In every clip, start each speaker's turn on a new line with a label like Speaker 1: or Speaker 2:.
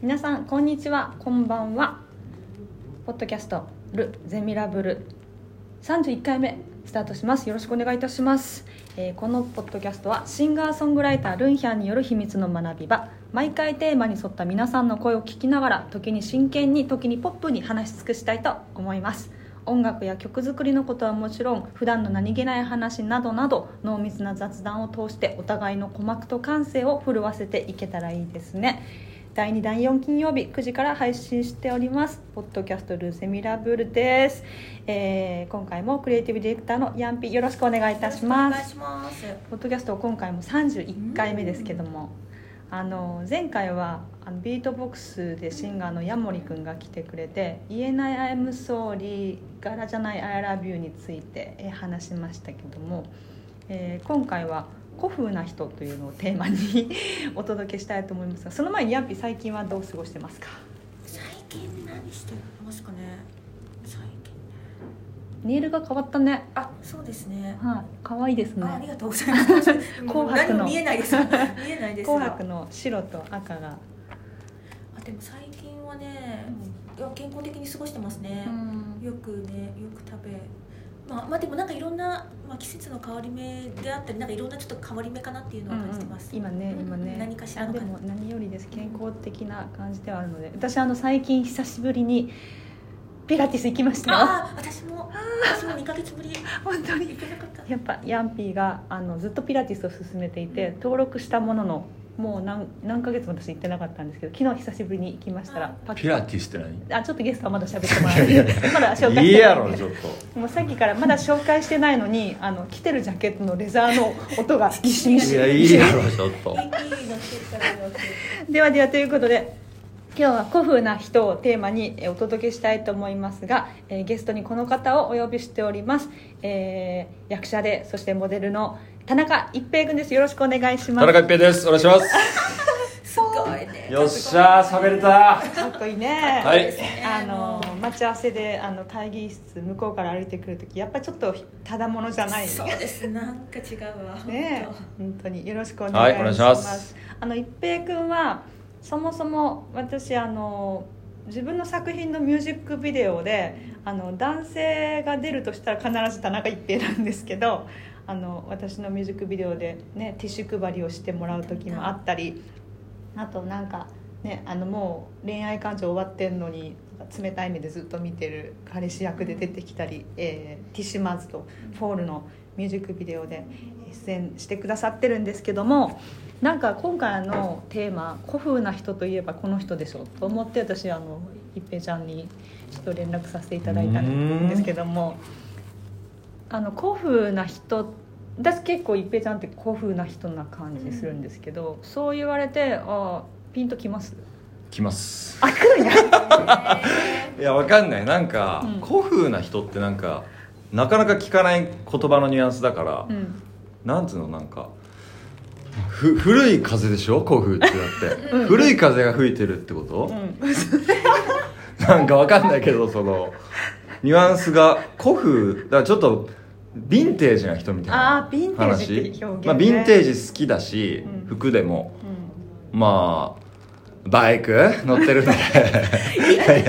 Speaker 1: 皆さんこんにちはこんばんはポッドキャストルゼミラブル31回目スタートしますよろしくお願いいたします、えーこのポッドキャストはシンガーソングライタールンヒャンによる秘密の学び場毎回テーマに沿った皆さんの声を聞きながら時に真剣に時にポップに話し尽くしたいと思います音楽や曲作りのことはもちろん普段の何気ない話などなど濃密な雑談を通してお互いの鼓膜と感性を震わせていけたらいいですね第2第4金曜日9時から配信しておりますポッドキャストルーセミラブルです、えー今回もクリエイティブディレクターのヤンピよろしくお願いいたします
Speaker 2: お願いします
Speaker 1: ポッドキャスト今回も31回目ですけども、あの前回はあのビートボックスでシンガーのヤモリくんが来てくれて「言えない I'm sorry」「柄じゃない I love you」についてえ話しましたけども、えー今回は「古風な人」というのをテーマに お届けしたいと思いますがその前にヤンピ最近はどう過ごしてますか
Speaker 2: 最近何してますかね最近
Speaker 1: ネイルが変わったね
Speaker 2: あそうですね
Speaker 1: はい可愛いです
Speaker 2: ああり
Speaker 1: ね
Speaker 2: がとうございます
Speaker 1: 紅白の
Speaker 2: 何も見えない です見えないですが
Speaker 1: 紅白の白と赤が、
Speaker 2: あでも最近はねいや健康的に過ごしてますね、
Speaker 1: ん
Speaker 2: よくねよく食べまあ、まあでもなんかいろんな、まあ、季節の変わり目であったりなんかいろんなちょっと変わり目かなっていうのは感じてます、
Speaker 1: 今ね
Speaker 2: うん
Speaker 1: 今ね
Speaker 2: 何かしらの
Speaker 1: で
Speaker 2: 感じ
Speaker 1: も何よりです健康的な感じではあるので私あの最近久しぶりにピラティス行きましたよ
Speaker 2: ああ私も私も2ヶ月ぶり行
Speaker 1: 本当に
Speaker 2: けなかった
Speaker 1: やっぱヤンピーがあのずっとピラティスを勧めていて登録したもののもう何何ヶ月も私行ってなかったんですけど昨日久しぶりに行きましたらパ
Speaker 3: ピラティスって何
Speaker 1: あちょっとゲストはまだ喋ってもらってまだ紹介
Speaker 3: いい
Speaker 1: して
Speaker 3: や
Speaker 1: ないん
Speaker 3: ろ
Speaker 1: で
Speaker 3: ちょっと
Speaker 1: もうさっきからまだ紹介してないのにあの着てるジャケットのレザーの音がミシミシ
Speaker 3: いやいいやろちょ
Speaker 2: い
Speaker 3: っと
Speaker 2: いのしてたらいいのして
Speaker 1: ではではということで今日は古風な人をテーマにえーお届けしたいと思いますが、えーゲストにこの方をお呼びしております、えー役者でそしてモデルの田中一平君ですよろしくお願いしま
Speaker 3: 田
Speaker 1: す
Speaker 3: 中一平ですお願いします
Speaker 2: すごいね
Speaker 3: よっしゃー喋れた
Speaker 1: かっこいいね
Speaker 3: はい
Speaker 1: あのー待ち合わせであの会議室向こうから歩いてくる時やっぱりちょっとただものじゃない
Speaker 2: そうですなんか違うわ
Speaker 1: ね
Speaker 2: 本
Speaker 1: 本当によろしくお
Speaker 3: は
Speaker 1: 願い
Speaker 3: いお願い
Speaker 1: し
Speaker 3: し
Speaker 1: ま,、
Speaker 3: ますす
Speaker 1: あの一平君はそもそも私あの自分の作品のミュージックビデオであの男性が出るとしたら必ず田中一平なんですけどあの私のミュージックビデオで、ね、ティッシュ配りをしてもらう時もあったりあとなんか、ね、あのもう恋愛感情終わってんのに冷たい目でずっと見てる彼氏役で出てきたり、えーティッシュマーズとフォールのミュージックビデオで出演してくださってるんですけどもなんか今回のテーマ「古風な人といえばこの人でしょ」と思って私あの一平ちゃんにちょっと連絡させていただいたんですけどもあの古風な人私結構一平ちゃんって古風な人な感じするんですけど、そう言われてあーピンときます
Speaker 3: 来ます
Speaker 1: あ来るんや
Speaker 2: 当
Speaker 3: いやわかんないなんか、
Speaker 1: うん
Speaker 3: 古風な人ってなんかなかなか聞かない言葉のニュアンスだから、
Speaker 1: うん
Speaker 3: なんつうのなんかふ古い風でしょ古風ってだって、
Speaker 1: うん
Speaker 3: 古い風が吹いてるってこと、
Speaker 1: うん
Speaker 3: なんかわかんないけどそのニュアンスが古風だからちょっとヴィンテージな人みたい
Speaker 1: あ
Speaker 3: な
Speaker 1: ーヴィンテージって表現ね
Speaker 3: まあ、ヴィンテージ好きだし、
Speaker 1: うん
Speaker 3: 服でも
Speaker 1: うん
Speaker 3: まあバイク 乗ってるんでいやい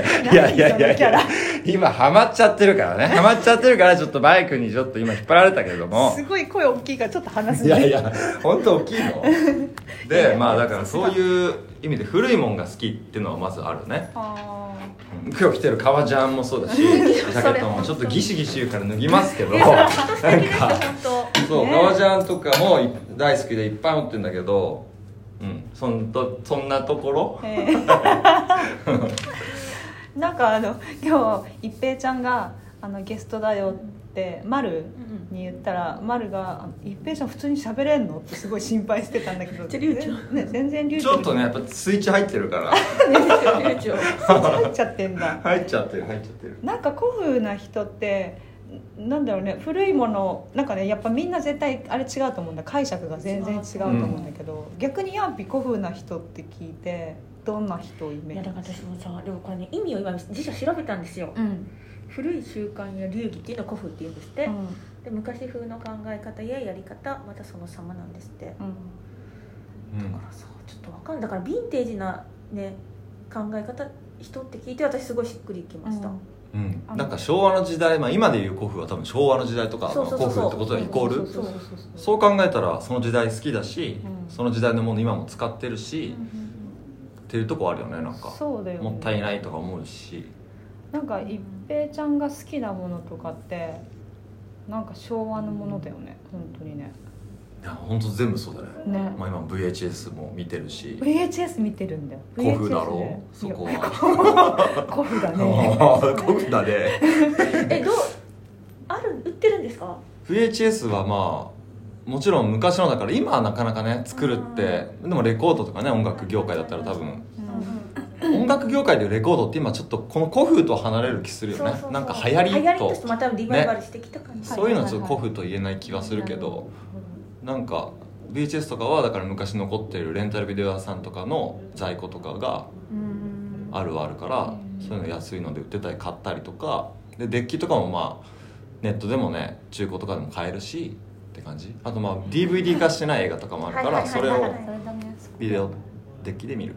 Speaker 3: やいや
Speaker 1: 何そ
Speaker 3: い
Speaker 1: のキャラ
Speaker 3: や今ハマっちゃってるからねハマっちゃってるからちょっとバイクにちょっと今引っ張られたけれども
Speaker 1: すごい声大きいからちょっと話す
Speaker 3: い
Speaker 1: ね
Speaker 3: やいや本当大きい
Speaker 1: い
Speaker 3: の
Speaker 1: やい
Speaker 3: で
Speaker 1: や
Speaker 3: まあだからそういう意味で古いもんが好きっていうのはまずあるね
Speaker 1: あー
Speaker 3: 今日着てる革ジャンもそ うだしジャケットもちょっとギシギシ言うから脱ぎますけどそ
Speaker 2: 素敵です本当
Speaker 3: う
Speaker 1: ね
Speaker 3: 革ジャンとかもい大好きでいっぱい持ってるんだけどうんそんとそんなところ
Speaker 1: え えなんかあの今日一平ちゃんがあのゲストだよって丸に言ったら丸があの「一平ちゃん普通に喋れんの?」ってすごい心配してたんだけど
Speaker 2: めっちゃ流暢
Speaker 1: ね、全然流
Speaker 3: ち
Speaker 1: 暢
Speaker 3: ょっとねやっぱスイッチ入ってるか ら
Speaker 1: 入っちゃってんだ
Speaker 3: 入っちゃってる入っちゃってる
Speaker 1: なんか古風な人ってなんだろうね古いものなんかねやっぱみんな絶対あれ違うと思うんだ解釈が全然違うと思うんだけど、逆にヤンピ古風な人って聞いてどんな人をイ
Speaker 2: い
Speaker 1: メ
Speaker 2: や
Speaker 1: ージ
Speaker 2: だから私もさでもこれね意味を今辞書調べたんですよ
Speaker 1: うん
Speaker 2: 古い習慣や流儀っていうのを古風っていうんですって、
Speaker 1: うん
Speaker 2: で昔風の考え方ややり方またその様なんですってだ
Speaker 1: うん
Speaker 3: うん
Speaker 2: からさちょっとわかんないだからヴィンテージなね考え方人って聞いて私すごいしっくりきました、
Speaker 1: うん
Speaker 3: うん
Speaker 1: あの
Speaker 3: なんか昭和の時代、まあ、今でいう古風は多分昭和の時代とか
Speaker 2: そうそうそうそう
Speaker 3: 古風ってことはイコール
Speaker 2: そうそう
Speaker 3: そう考えたらその時代好きだし、
Speaker 1: うん
Speaker 3: その時代のもの今も使ってるし、っていうとこあるよねなんか
Speaker 1: そうだよね
Speaker 3: もったいないとか思うし
Speaker 1: なんか一平ちゃんが好きなものとかってなんか昭和のものだよね本当にね
Speaker 3: いや本当全部そうだね、
Speaker 1: ね
Speaker 3: まあ、今 VHS も見てるし
Speaker 1: VHS 見てるんだよ
Speaker 3: 古風だろ
Speaker 1: VHS
Speaker 3: そ
Speaker 1: で
Speaker 3: こ
Speaker 1: いや
Speaker 3: は
Speaker 1: 古風だね
Speaker 3: 古風だね
Speaker 2: えどうある売ってるんですか
Speaker 3: VHS はまあもちろん昔のだから今はなかなかね作るってでもレコードとかね音楽業界だったら多分
Speaker 1: うん
Speaker 3: 音楽業界でレコードって今ちょっとこの古風とは離れる気するよねなんか流行りと
Speaker 2: 流行りとしてまたリバイバルしてきた感じ、
Speaker 3: そういうのはちょっと古風と言え ない気がするけどなんか VHS とかはだから昔残ってるレンタルビデオ屋さんとかの在庫とかが
Speaker 2: うん
Speaker 3: あるはあるからそういうの安いので売ってたり買ったりとかでデッキとかもまあネットでもね中古とかでも買えるしって感じあとまあ DVD 化してない映画とかもあるか
Speaker 2: はい
Speaker 3: ら
Speaker 2: はい
Speaker 3: そ
Speaker 2: はい
Speaker 3: れ
Speaker 2: はい
Speaker 3: を
Speaker 2: そ
Speaker 3: ビデオデッキで見る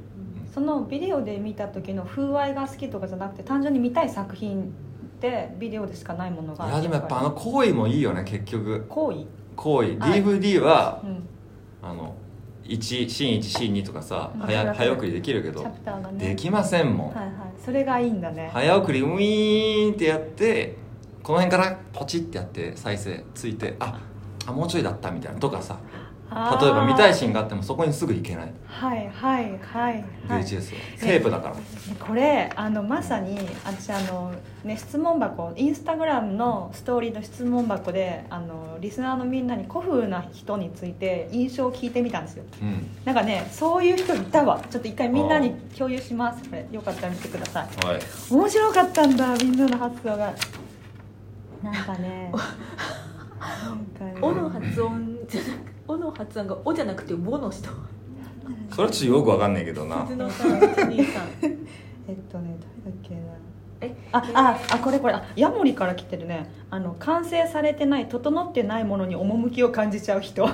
Speaker 1: そのビデオで見た時の風合いが好きとかじゃなくて単純に見たい作品でビデオでしかないもの
Speaker 3: い
Speaker 1: が
Speaker 3: やでもやっぱあの行為もいいよね結局
Speaker 1: 行為
Speaker 3: 行為
Speaker 1: はい
Speaker 3: DVD は
Speaker 1: うん
Speaker 3: あの1シーン1シーン2とかさ
Speaker 1: うん
Speaker 3: 早早送りできるけ
Speaker 1: チ
Speaker 3: ど
Speaker 1: ャプターがね
Speaker 3: できませんもん
Speaker 1: はいはいそれがいいんだね
Speaker 3: 早送りウィーンってやってこの辺からポチってやって再生ついてああもうちょいだったみたいなとかさ
Speaker 1: あー
Speaker 3: 例えば見たいシーンがあってもそこにすぐ行けない
Speaker 1: はいはいはいはい
Speaker 3: VHS はテープだから
Speaker 1: これあのまさに私あの、ね、質問箱インスタグラムのストーリーの質問箱であのリスナーのみんなに古風な人について印象を聞いてみたんですよ
Speaker 3: うん
Speaker 1: なんかねそういう人いたわちょっと一回みんなに共有しますこれよかったら見てください
Speaker 3: はい
Speaker 1: 面白かったんだみんなの発想がなんか ねなんかね
Speaker 2: おの発音じゃなくおの発音がおじゃなくておの人
Speaker 3: それはちょっとよくわかんないけどな
Speaker 2: 水野さんジニーさ ん
Speaker 1: えっとね誰だっけな
Speaker 2: え
Speaker 1: あああこれこれあヤモリから来てるねあの完成されてない整ってないものに趣を感じちゃう人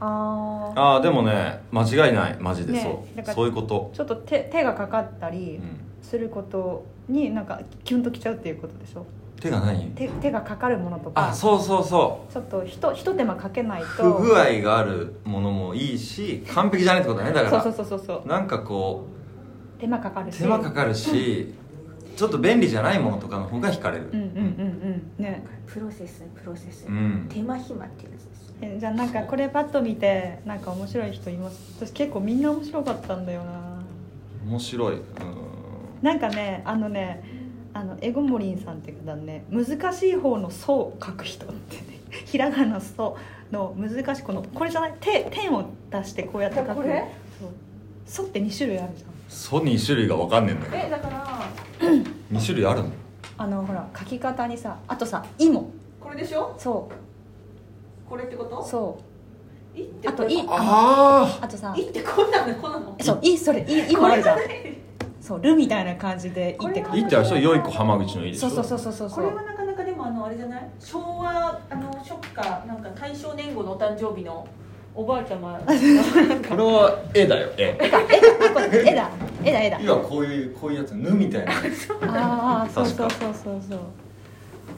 Speaker 2: あ
Speaker 3: ああでもね間違いないマジで
Speaker 1: ね
Speaker 3: そ
Speaker 1: だ
Speaker 3: う
Speaker 1: から
Speaker 3: そういうこと
Speaker 1: ちょっと手手がかかった
Speaker 3: う
Speaker 1: り
Speaker 3: ん
Speaker 1: することになんかキュンときちゃうっていうことでしょ
Speaker 3: 手が何
Speaker 1: 手手がかかるものとか
Speaker 3: あそうそうそう
Speaker 1: ちょっとひとひと手間かけないと
Speaker 3: 不具合があるものもいいし完璧じゃないってことだねだ
Speaker 1: そう
Speaker 3: か
Speaker 1: そう
Speaker 3: ら
Speaker 1: そうそうそう
Speaker 3: なんかこ
Speaker 1: 手間かかる
Speaker 3: う
Speaker 1: し
Speaker 3: 手間かかるしちょっと便利じゃないものとかの方が惹かれる
Speaker 1: うんうんうんうんね
Speaker 2: プロセスプロセス、
Speaker 3: うん
Speaker 2: 手間暇っていうやつですね
Speaker 1: えじゃあなんかこれパッと見てなんか面白い人います私結構みんな面白かったんだよな
Speaker 3: 面白いうん
Speaker 1: なんかねあのねあのエゴモリンさんって方ね難しい方の「そう」を書く人ってねひらがなの「そう」の難しいこのこれじゃない手点を出してこうやって書く
Speaker 2: これ
Speaker 1: そう「そう」って2種類あるじゃん
Speaker 3: ソニー種類が分かんねえんだけ
Speaker 2: えだから
Speaker 3: ど2種類あるの
Speaker 1: あのほら書き方にさあとさ「い」も
Speaker 2: これでしょ
Speaker 1: そ
Speaker 2: これってこ
Speaker 1: う
Speaker 2: と
Speaker 1: そう
Speaker 2: いって
Speaker 1: あと
Speaker 2: これ
Speaker 1: い
Speaker 3: あ
Speaker 1: あとさ
Speaker 2: いってこんなのこんな の
Speaker 1: 「そうい」それ「い」いもあるじゃんそう「る」みたいな感じで「い」って書
Speaker 2: こ
Speaker 1: く
Speaker 3: あいいってあれでしょ良い子浜口のいいでし
Speaker 1: そ
Speaker 3: ょ
Speaker 1: うそうそうそうそう
Speaker 2: これはなかなかでもあのあれじゃない昭和あの初期かなんか大正年後のお誕生日のおばあちゃ ま
Speaker 3: これは絵だよ絵
Speaker 1: 絵だ絵だ絵だ
Speaker 3: 今こういうこういうやつ「ぬ」みたいな
Speaker 1: ああそうそう
Speaker 3: 確
Speaker 1: そうそうそう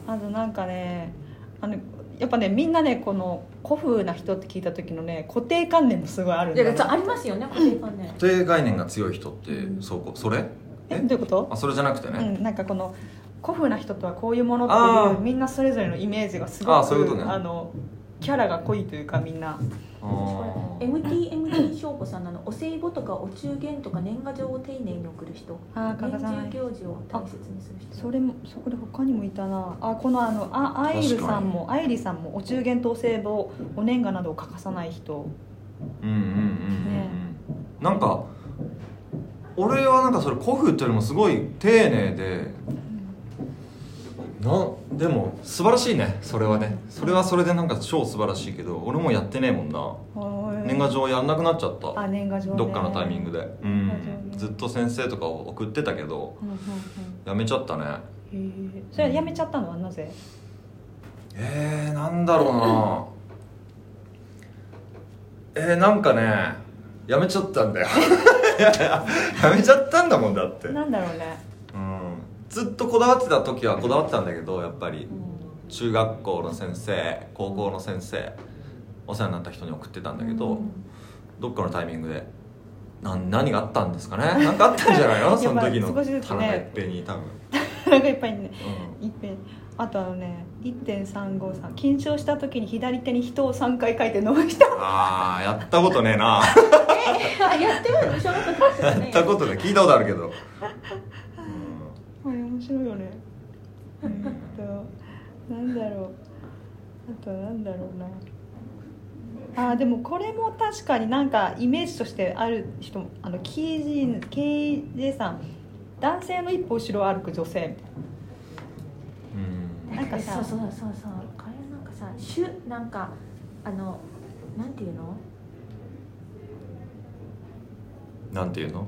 Speaker 1: あとなんかねあのやっぱねみんなねこの古風な人って聞いた時のね固定観念もすごいあるん
Speaker 2: い
Speaker 1: だよ
Speaker 2: やそうありますよね固定観念
Speaker 3: 固定概念が強い人ってそうこそれ
Speaker 1: えどういうこと
Speaker 3: あそれじゃなくて
Speaker 1: う
Speaker 3: ね、
Speaker 1: んなんかこの古風な人とはこういうものってい
Speaker 3: あー
Speaker 1: うみんなそれぞれのイメージがすごく
Speaker 3: あーそういうことね
Speaker 1: あのキャラが濃いというかみんな
Speaker 3: あ
Speaker 2: これ
Speaker 3: ー
Speaker 2: MTMT 翔子さんなのお歳暮とかお中元とか年賀状を丁寧に送る人
Speaker 1: あー
Speaker 2: 年
Speaker 1: 欠かさない
Speaker 2: 中行事を大切にする人
Speaker 1: それもそこで他にもいたなあこのあのあアイルさんもアイリさんもお中元とお歳暮お年賀などを欠かさない人
Speaker 3: うんうんうんうん
Speaker 1: ね
Speaker 3: うんなんか俺はなんかそれ古風っていうよりもすごい丁寧でなんでも素晴らしいねそれはねそれはそれでなんか超素晴らしいけど俺もやってねえもんな年
Speaker 1: 年
Speaker 3: 賀状やんなくなっちゃった
Speaker 1: あ年賀状ね
Speaker 3: どっかのタイミングで、う
Speaker 1: 年賀状
Speaker 3: ん
Speaker 1: ね、
Speaker 3: ずっと先生とかを送ってたけど
Speaker 1: うんうんうん
Speaker 3: やめちゃったね
Speaker 1: へえそれはやめちゃったのはなぜ
Speaker 3: えー、なんだろうなえー、なんかねやめちゃったんだよ いやいややめちゃったんだもんだって、うん、
Speaker 1: なんだろうね、
Speaker 3: ずっとこだわってた時はこだわってたんだけどやっぱり
Speaker 1: うん
Speaker 3: 中学校の先生高校の先生お世話になった人に送ってたんだけど、どっかのタイミングでなん何があったんですかね何かあったんじゃないのその時 の
Speaker 1: やっぱ少しずつね
Speaker 3: 田中一平に多分、
Speaker 1: なんかいっぱいね
Speaker 3: う
Speaker 1: いっぺんあとあのね1.353緊張した時に左手に人を3回書いて飲む 人
Speaker 3: ん、ああやったことね えな
Speaker 2: あやってるの小学校
Speaker 3: やったことね聞いたことあるけど、
Speaker 1: あれ面白いよねえーっとなんだろうあとなんだろうなあーでもこれも確かになんかイメージとしてある人もあの KJ, KJ さん男性の一歩後ろを歩く女性みたい
Speaker 3: うんうん、
Speaker 1: なんかさ
Speaker 4: そうそうそうそうこれなんかさ主なんかあのなんていうの
Speaker 3: なんていうの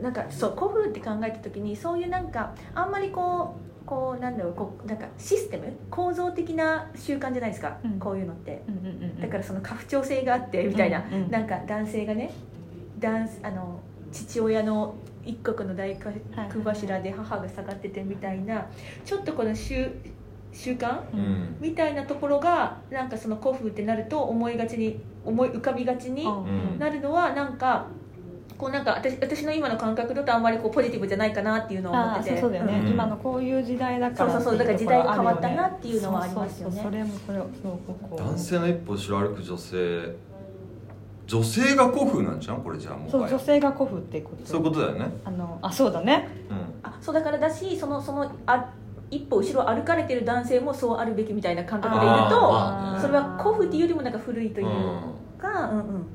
Speaker 4: ななんかそう古風って考えた時にそういうなんかあんまりこうこうなんだろうこうなんかシステム構造的な習慣じゃないですか、
Speaker 1: うん
Speaker 4: こういうのって
Speaker 1: な、うんうんうん、
Speaker 4: だからその家父長制があってみたいな、
Speaker 1: うんうん
Speaker 4: なんか男性がね男あの父親の一国の大黒柱で母が下がっててみたいなちょっとこの習習慣
Speaker 3: うん、
Speaker 4: みたいなところがなんかその古風ってなると思いがちに思い浮かびがちに
Speaker 3: うん
Speaker 4: なるのはなんかこうなんか私私の今の感覚だとあんまりこうポジティブじゃないかなっていうのを思
Speaker 1: あ
Speaker 4: っ
Speaker 1: ー
Speaker 4: て
Speaker 1: そう
Speaker 4: て
Speaker 1: そうだよね、
Speaker 3: うん
Speaker 1: 今のこういう時代だから
Speaker 4: そうそうそうだから時代が変わったなっていうのはあります
Speaker 1: そうそ
Speaker 4: よね
Speaker 1: うそうそれもそれすごくこう
Speaker 3: 男性の一歩後ろ歩く女性女性が古風なんじゃんこれじゃあも
Speaker 1: そう
Speaker 3: は
Speaker 1: 女
Speaker 3: や
Speaker 1: 性が古風っていうこと
Speaker 3: そういうことだよね
Speaker 1: あのあそうだね
Speaker 3: うん
Speaker 4: あそうだからだしそのそのあ一歩後ろ歩かれてる男性もそうあるべきみたいな感覚でいると
Speaker 3: あー
Speaker 4: それは古風っていうよ
Speaker 1: り
Speaker 4: りもなんか古いという
Speaker 3: うん
Speaker 4: か、うんうん、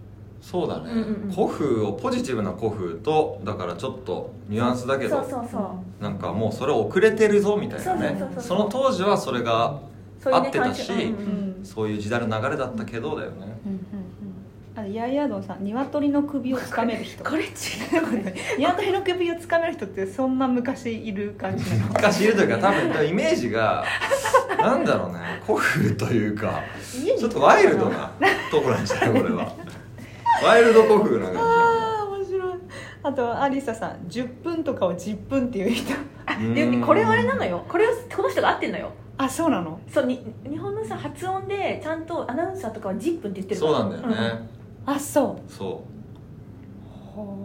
Speaker 3: そうだね、
Speaker 4: うんうんうん
Speaker 3: 古風をポジティブな古風とだからちょっとニュアンスだけど
Speaker 4: そうそうそう
Speaker 3: なんかもうそれ遅れてるぞみたいなね
Speaker 4: そうそうそうそう
Speaker 3: その当時はそれが
Speaker 4: そういうね
Speaker 3: 合ってたし
Speaker 4: 感じうん
Speaker 1: う
Speaker 4: うんん
Speaker 1: うん
Speaker 3: そういう時代の流れだったけどだよね
Speaker 1: うんうんあのヤイヤードンさん鶏の首をつかめる 人
Speaker 4: これ違うこれ
Speaker 1: 鶏の首をつかめる人ってそんな昔いる感じなの
Speaker 3: 昔いるというか多分イメージがなんだろうね古風というか
Speaker 4: 家に
Speaker 3: ちょっとワイルドなとこなんじゃないこれはワイルド古風な感
Speaker 1: あー面白いあとアリサさん10分とかを10分っていう人
Speaker 3: じ
Speaker 4: で
Speaker 3: うん
Speaker 4: これあれなのよこれをこの人が合ってんのよ
Speaker 1: あそうなの
Speaker 4: そうに日本のさ発音でちゃんとアナウンサーとかは「ジップンって言ってるか
Speaker 3: そう
Speaker 4: ら
Speaker 3: なんだよね、
Speaker 1: あそ
Speaker 3: そう
Speaker 1: ほ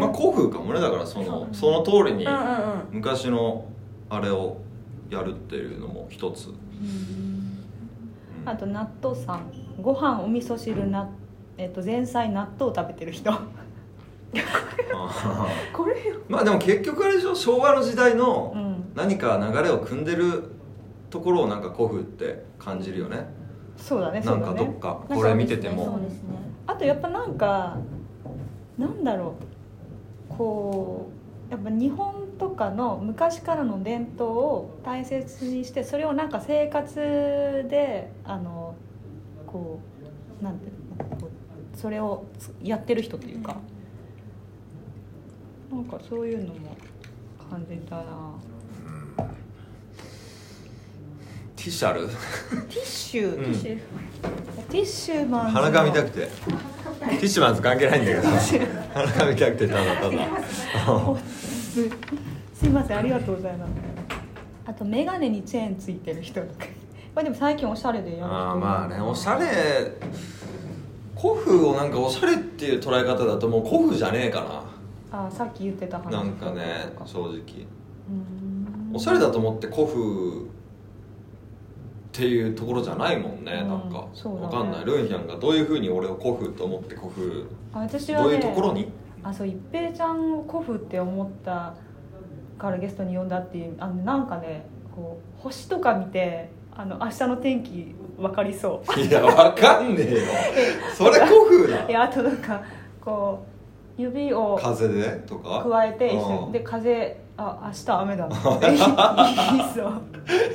Speaker 1: ー
Speaker 3: まあ古風かもねだからそのその通りに
Speaker 4: うんうんうん
Speaker 3: 昔のあれをやるっていうのも一つ、うん
Speaker 1: あと納豆さんご飯お味噌汁な、えっと、前菜納豆を食べてる人
Speaker 3: あー
Speaker 4: これよ
Speaker 3: まあでも結局あれでしょ昭和の時代の
Speaker 1: うん
Speaker 3: 何か流れを組んでるところをなんか古風って感じるよね
Speaker 1: そうだね
Speaker 3: な
Speaker 1: そうんだ
Speaker 3: かどっ
Speaker 1: ね
Speaker 3: か
Speaker 4: なんか
Speaker 3: これ見てて
Speaker 4: そ
Speaker 3: も
Speaker 4: うですね
Speaker 1: あとやっぱなんかなんだろうこうやっぱ日本とかの昔からの伝統を大切にしてそれをなんか生活であのこうなんていうのこうそれをつやってる人というか、なんかそういうのも感じたな
Speaker 3: ティシャル
Speaker 1: ティッシュ、
Speaker 3: うん
Speaker 4: シェフ
Speaker 1: ティッシュマンズの
Speaker 3: 鼻が見たくてティッシュマンズ関係ない んだけど鼻が見たくてただただ
Speaker 1: すすいませんありがとうございますあと眼鏡にチェーンついてる人とか まあでも最近おしゃれでやる人
Speaker 3: あーまあねおしゃれ古風をなんかおしゃれっていう捉え方だともう古風じゃねえか
Speaker 1: あーさっき言ってた
Speaker 3: な
Speaker 1: 話
Speaker 3: なんかね
Speaker 1: と
Speaker 3: 正直
Speaker 1: うーん
Speaker 3: おしゃれだと思って古風っていうところじゃないもんね、
Speaker 1: うん
Speaker 3: なんか、
Speaker 1: そうだね
Speaker 3: わかんないルンヒャンがどういうふうに俺を古風と思って古風
Speaker 1: あ私は、ね、
Speaker 3: どういうところに
Speaker 1: あそう一平ちゃんを古風って思ったからゲストに呼んだっていうあのなんかねこう星とか見てあの明日の天気分かりそう
Speaker 3: いやわかんねえよそれ古風 だ
Speaker 1: いやあとなんかこう指を
Speaker 3: 風でとか
Speaker 1: 加えて一緒
Speaker 3: う
Speaker 1: に
Speaker 3: ん
Speaker 1: で風あ明日雨だな って言い言いそう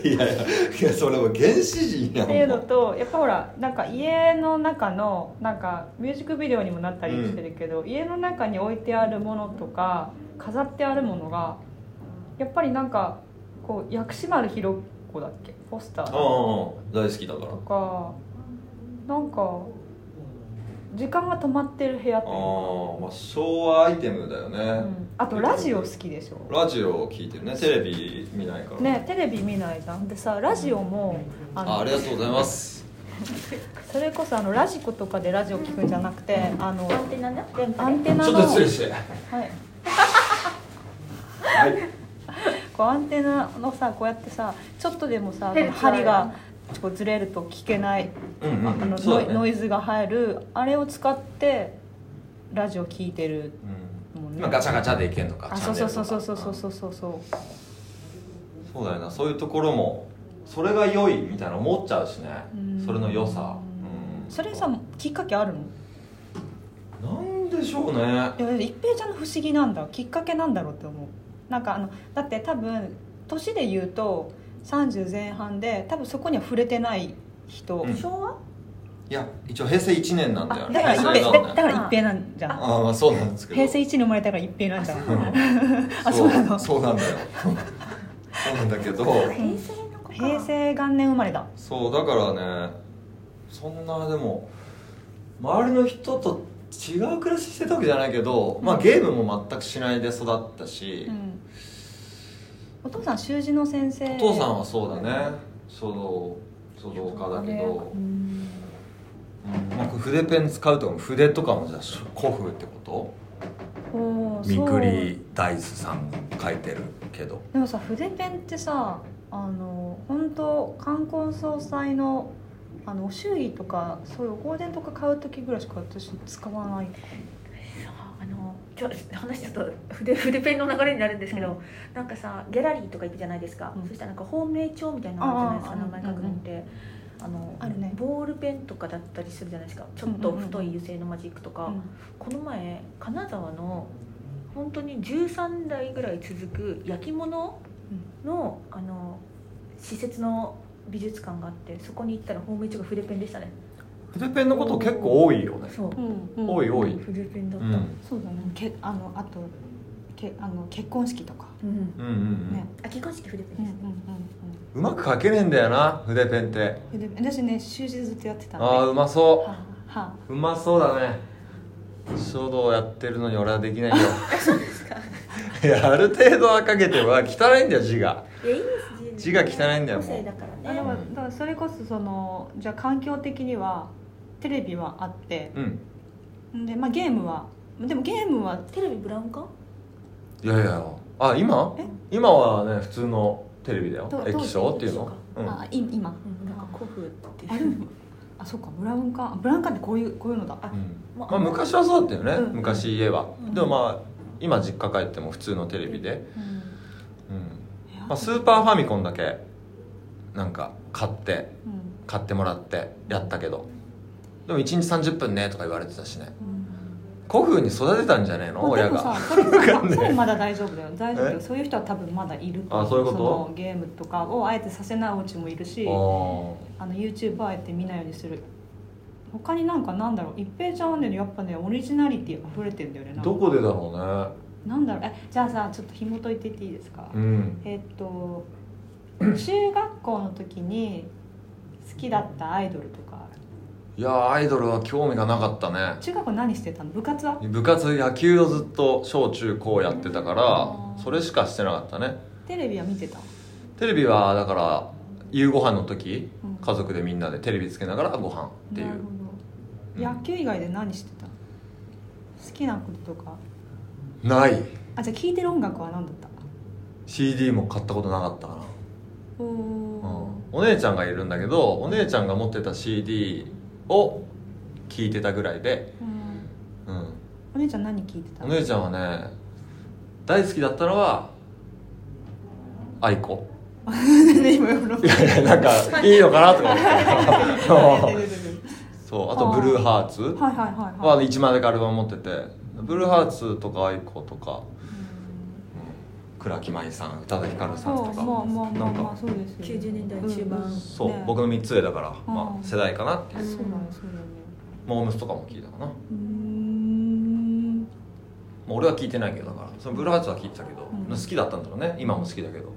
Speaker 3: いやいやいやそれは原始人や
Speaker 1: っ
Speaker 3: ん
Speaker 1: ていうのとやっぱほらなんか家の中のなんかミュージックビデオにもなったりしてるけど、家の中に置いてあるものとか飾ってあるものがやっぱりなんかこう薬師丸ひろ子だっけポスター
Speaker 3: うんうんうん大好きだから
Speaker 1: とかなんか時間が止まってる部屋っていう
Speaker 3: ああまあ昭和アイテムだよね、
Speaker 1: のうんあとラジオ好きでしょ
Speaker 3: ラジオを聞いてるねテレビ見ないから
Speaker 1: ねテレビ見ないじゃんでさラジオもあの
Speaker 3: あありがとうございます
Speaker 1: それこそあのラジコとかでラジオ聞くんじゃなくてあの
Speaker 4: アンテナな
Speaker 1: アンテ
Speaker 3: ちょ
Speaker 1: ナ
Speaker 3: っ
Speaker 1: の
Speaker 3: と失礼して
Speaker 1: はい
Speaker 3: はい
Speaker 1: こうアンテナのさこうやってさちょっとでもさ
Speaker 4: ヘルツある
Speaker 1: 針がこうずれると聞けない
Speaker 3: うん
Speaker 1: あの
Speaker 3: うん
Speaker 1: ノ
Speaker 3: そう
Speaker 1: イ
Speaker 3: だ
Speaker 1: ノ
Speaker 3: ね
Speaker 1: イズが入るあれを使ってラジオ聞いてるもん
Speaker 3: うん
Speaker 1: ね
Speaker 3: まあガチャガチャでいけんのか
Speaker 1: あ
Speaker 3: チ
Speaker 1: そ
Speaker 3: ャ
Speaker 1: う
Speaker 3: ンネ
Speaker 1: そう
Speaker 3: ルと
Speaker 1: そう
Speaker 3: か
Speaker 1: そうそうそうそうそうそう
Speaker 3: そうだよなそういうところもそれが良いみたいな思っちゃうしね
Speaker 1: うん
Speaker 3: それの良さうん
Speaker 1: それさきっかけあるの
Speaker 3: なんでしょうね
Speaker 1: いや一平ちゃんの不思議なんだきっかけなんだろうって思うなんかあのだって多分年で言うと30前半で多分そこには触れてない人、
Speaker 3: うん
Speaker 4: 昭和
Speaker 3: いや一応平成1年なんだ
Speaker 1: あ
Speaker 3: よ
Speaker 1: だから一
Speaker 3: 平
Speaker 1: 平
Speaker 3: 成
Speaker 1: だだ
Speaker 3: 元年
Speaker 1: から一平なんじゃん
Speaker 3: ああまあそうなんですけど
Speaker 1: 平成1年生まれたから一平なんじゃんあ
Speaker 3: そう
Speaker 1: そうなの
Speaker 3: そうなんだよそうなんだけど
Speaker 4: 平成の子か
Speaker 1: 平成元年生まれだ
Speaker 3: そうだからねそんなでも周りの人と違う暮らししてたわけじゃないけど、まあ、ゲームも全くしないで育ったし、
Speaker 1: うんお父さん習字の先生
Speaker 3: お父さんはそうだね書道書道家だけど、
Speaker 4: うん
Speaker 3: うんまあ、筆ペン使うとかも筆とかもじゃあ古風ってこ
Speaker 1: おー
Speaker 3: と
Speaker 1: そう
Speaker 3: 大豆さん書いてるけど
Speaker 1: でもさ筆ペンってさあの本当冠婚葬祭のあのお祝儀とかそういうお香典とか買う時ぐらいしか私使わない
Speaker 4: あのちょ話ちょっと筆筆ペンの流れになるんですけど、なんかさギャラリーとか行くじゃないですか、
Speaker 1: うん
Speaker 4: そしたらなんか芳名帳みたいなのあるじゃないですか
Speaker 1: あー
Speaker 4: 名前書くのって。あの
Speaker 1: あるね
Speaker 4: ボールペンとかだったりするじゃないですかちょっと太い油性のマジックとか、この前金沢の本当に13代ぐらい続く焼き物の,、あの施設の美術館があってそこに行ったら芳名帳が筆ペンでしたね
Speaker 3: 筆ペンのこと結構多いよね
Speaker 4: そう
Speaker 1: うん
Speaker 3: 多い多い
Speaker 4: 筆ペンだ
Speaker 3: う
Speaker 4: っ
Speaker 3: ん
Speaker 4: た、
Speaker 3: うん
Speaker 1: そうだねけあのあとけあの結婚式とか
Speaker 4: うん
Speaker 3: うんうん、
Speaker 1: ね
Speaker 4: あ結婚式筆ペン
Speaker 1: うん
Speaker 4: で
Speaker 1: うん
Speaker 4: し
Speaker 1: うん
Speaker 4: た、
Speaker 3: うまく書けねえんだよな筆ペンって
Speaker 1: うん筆ペン私ね習字ずっとやってたんで
Speaker 3: ああうまそ
Speaker 1: はあは
Speaker 3: ううまそうだね書道やってるのに俺はで きないよいやある程度は書けても汚いんだよ字が
Speaker 4: いやいいです
Speaker 3: 字が汚いんだよ
Speaker 4: 個性だから
Speaker 1: ああ
Speaker 4: ね
Speaker 1: でもだからそれこそそのじゃあ環境的にはテレビはあって
Speaker 3: うん
Speaker 1: で、まあ、ゲームはでもゲームは
Speaker 4: テレビブラウン管
Speaker 3: いやいやあ今
Speaker 1: え
Speaker 3: 今はね普通のテレビだよ
Speaker 1: ど
Speaker 3: 液晶っていうのうん
Speaker 1: あい今
Speaker 4: うんなんか古風って
Speaker 1: あれもあそうかブラウン管ブラウン管ってこういうこういうのだあ
Speaker 3: うん
Speaker 4: ま
Speaker 3: まあ、昔はそうだったよね、
Speaker 1: うん
Speaker 3: 昔家は、
Speaker 4: うん
Speaker 3: でもまあ今実家帰っても普通のテレビで、
Speaker 1: うん
Speaker 3: うん
Speaker 1: え
Speaker 3: まあ、スーパーファミコンだけなんか買って
Speaker 1: うん
Speaker 3: 買ってもらってやったけどでも1日30分ねとか言われてたしね古風に育てたんじゃねえの
Speaker 1: まあで
Speaker 3: 親
Speaker 1: も
Speaker 3: が
Speaker 1: さそれ
Speaker 3: わかんねえ
Speaker 1: それまだ大丈夫だよ大丈夫だよ
Speaker 3: え
Speaker 1: そういう人は多分まだいる
Speaker 3: あそういうこと
Speaker 1: のゲームとかをあえてさせないお家もいるし
Speaker 3: あ
Speaker 1: あの YouTube はあえて見ないようにする他になんかなんだろう一平ちゃんはねやっぱねオリジナリティ溢れてるんだよね
Speaker 3: あ
Speaker 1: なんか
Speaker 3: どこでだろ
Speaker 1: なんだろうえじゃあさちょっと紐解いていっていいですか
Speaker 3: うねうん
Speaker 1: えっと中学校の時に好きだったアイドルとか
Speaker 3: いやアイドルは興味がなかったね
Speaker 1: 中学校何してたの部活は
Speaker 3: 部活野球をずっと小中高やってた
Speaker 1: あ
Speaker 3: か
Speaker 1: ー
Speaker 3: らそれしかしてなかったね
Speaker 1: テレビは見てた
Speaker 3: テレビはだから夕ご飯の時
Speaker 1: うん
Speaker 3: 家族でみんなでテレビつけながらご飯ってい
Speaker 1: なる
Speaker 3: う
Speaker 1: ほ
Speaker 3: うん
Speaker 1: ど野球以外で何してたの好きなこととか
Speaker 3: ない
Speaker 1: あじゃあ聴いてる音楽は何だった
Speaker 3: CD も買ったことなかったかな
Speaker 1: おお
Speaker 3: お姉ちゃんがいるんだけどお姉ちゃんが持ってた CD を聞いてたぐらいで、うん、
Speaker 1: お姉ちゃん何聴いてた
Speaker 3: お
Speaker 1: の
Speaker 3: 姉ちゃんはね大好きだったのは愛子
Speaker 1: 今喜ん
Speaker 3: い
Speaker 1: で
Speaker 3: やいや なんかいいのかなとか思ってそうあとブルーハーツ
Speaker 1: はいはいはい
Speaker 3: は
Speaker 1: はい
Speaker 3: 一枚だけアルバム持っててブルーハーツとか愛子とか、うん倉木麻衣さん宇多田ヒカル
Speaker 1: そ
Speaker 3: さ
Speaker 1: うん
Speaker 3: と
Speaker 1: まあまあ
Speaker 3: か
Speaker 1: まあ
Speaker 3: なん
Speaker 1: まあ
Speaker 3: か
Speaker 1: そうですよ
Speaker 4: 90年代中盤
Speaker 1: うん
Speaker 3: そう、
Speaker 1: ね
Speaker 3: 僕の3つ上だから、ま
Speaker 1: うん
Speaker 3: あ、世代かなっていう
Speaker 1: そうだよそうだよね
Speaker 3: モームスとかも聞いたかなまあ
Speaker 1: うーん
Speaker 3: 俺は聞いてないけどだからそのブルーハーツは聞いてたけど、
Speaker 1: うん
Speaker 3: 好きだったんだろうね今も好きだけど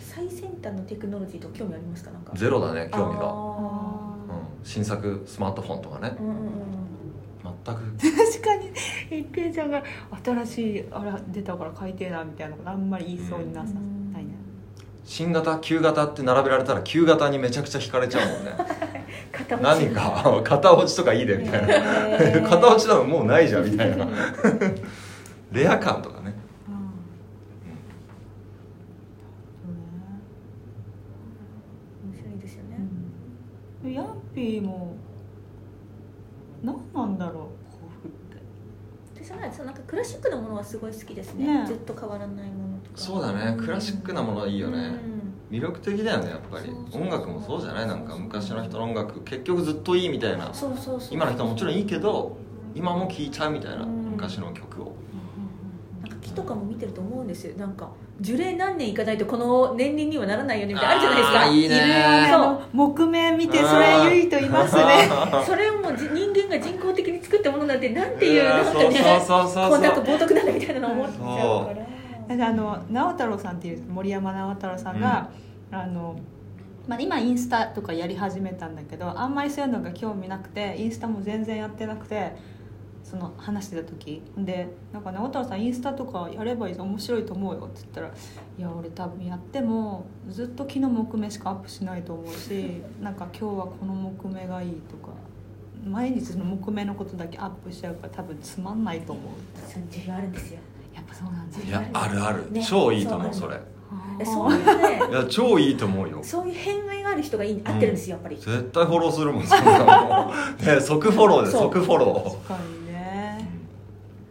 Speaker 4: 最先端のテクノロジーとか興味ありますかなんか
Speaker 3: ゼロだね興味が、
Speaker 4: あ
Speaker 3: うん、新作スマートフォンとかね
Speaker 4: ーうんうんうん
Speaker 3: 全く
Speaker 1: 確かに一平ちゃんが新しいあれ出たから買いてえなみたいなことあんまり言いそうになさ
Speaker 4: うん
Speaker 1: ないね
Speaker 3: 新型旧型って並べられたら旧型にめちゃくちゃ惹かれちゃうも んね
Speaker 4: 片落ち
Speaker 3: 何か片落ちとかいいでみたいな片落ちだもんもうないじゃんみ たいなレア感とかね
Speaker 1: うんそうね
Speaker 4: 面白いですよね、
Speaker 1: うん、ヤッピーも何なんだろ
Speaker 4: 私はねそのなんかクラシックなものはすごい好きですね
Speaker 1: ねえ
Speaker 4: ずっと変わらないものとか
Speaker 3: そうだねクラシックなものいいよね、
Speaker 4: うん
Speaker 3: 魅力的だよねやっぱり
Speaker 4: そうそうそう
Speaker 3: 音楽もそうじゃないなんか昔の人の音楽結局ずっといいみたいな
Speaker 4: そうそうそう
Speaker 3: 今の人はもちろんいいけど今も聴いちゃうみたいな
Speaker 4: うん
Speaker 3: 昔の曲を
Speaker 4: なんか木とかも見てると思うんですよなんか樹齢何年いかないとこの年輪にはならないよねみたいなあるじゃないですか
Speaker 3: あーいい
Speaker 1: う
Speaker 3: ね
Speaker 1: あの木目見てそれゆいと言いますね
Speaker 4: それをもうじ人間が人工的に作ったもの なんてなんていう
Speaker 3: うわ
Speaker 4: なん
Speaker 3: ー
Speaker 4: か
Speaker 3: そう
Speaker 4: ね
Speaker 3: そうそう
Speaker 4: こ
Speaker 3: そ
Speaker 4: ん
Speaker 3: う
Speaker 4: な
Speaker 3: そ
Speaker 4: んか
Speaker 3: う
Speaker 4: 冒涜だなみたいなの思っちゃうから
Speaker 1: だってあの直太朗さんっていう森山直太朗さんが、あのまあ、今インスタとかやり始めたんだけどあんまりそういうのが興味なくてインスタも全然やってなくてその話してた時でなんか直太朗さんインスタとかやればいいぞ面白いと思うよって言ったら「いや俺多分やってもずっと木の木目しかアップしないと思う しなんか今日はこの木目がいい」とか。毎日その木目のことだけアップしちゃうから多分つまんないと思う
Speaker 4: そういう需要あるんですよ
Speaker 1: やっぱそうなんだ
Speaker 3: いやあるある
Speaker 4: ね
Speaker 3: 超いいと思う
Speaker 4: そ
Speaker 3: そうれ
Speaker 4: いやそういうね
Speaker 3: いや超いいと思うよ
Speaker 4: そういう偏愛がある人がいい合ってるんですよやっぱり
Speaker 3: 絶対フォローするもんそんなもん ね即フォローで
Speaker 4: そう
Speaker 3: 即フォロ
Speaker 1: 確かに
Speaker 3: ー
Speaker 1: ね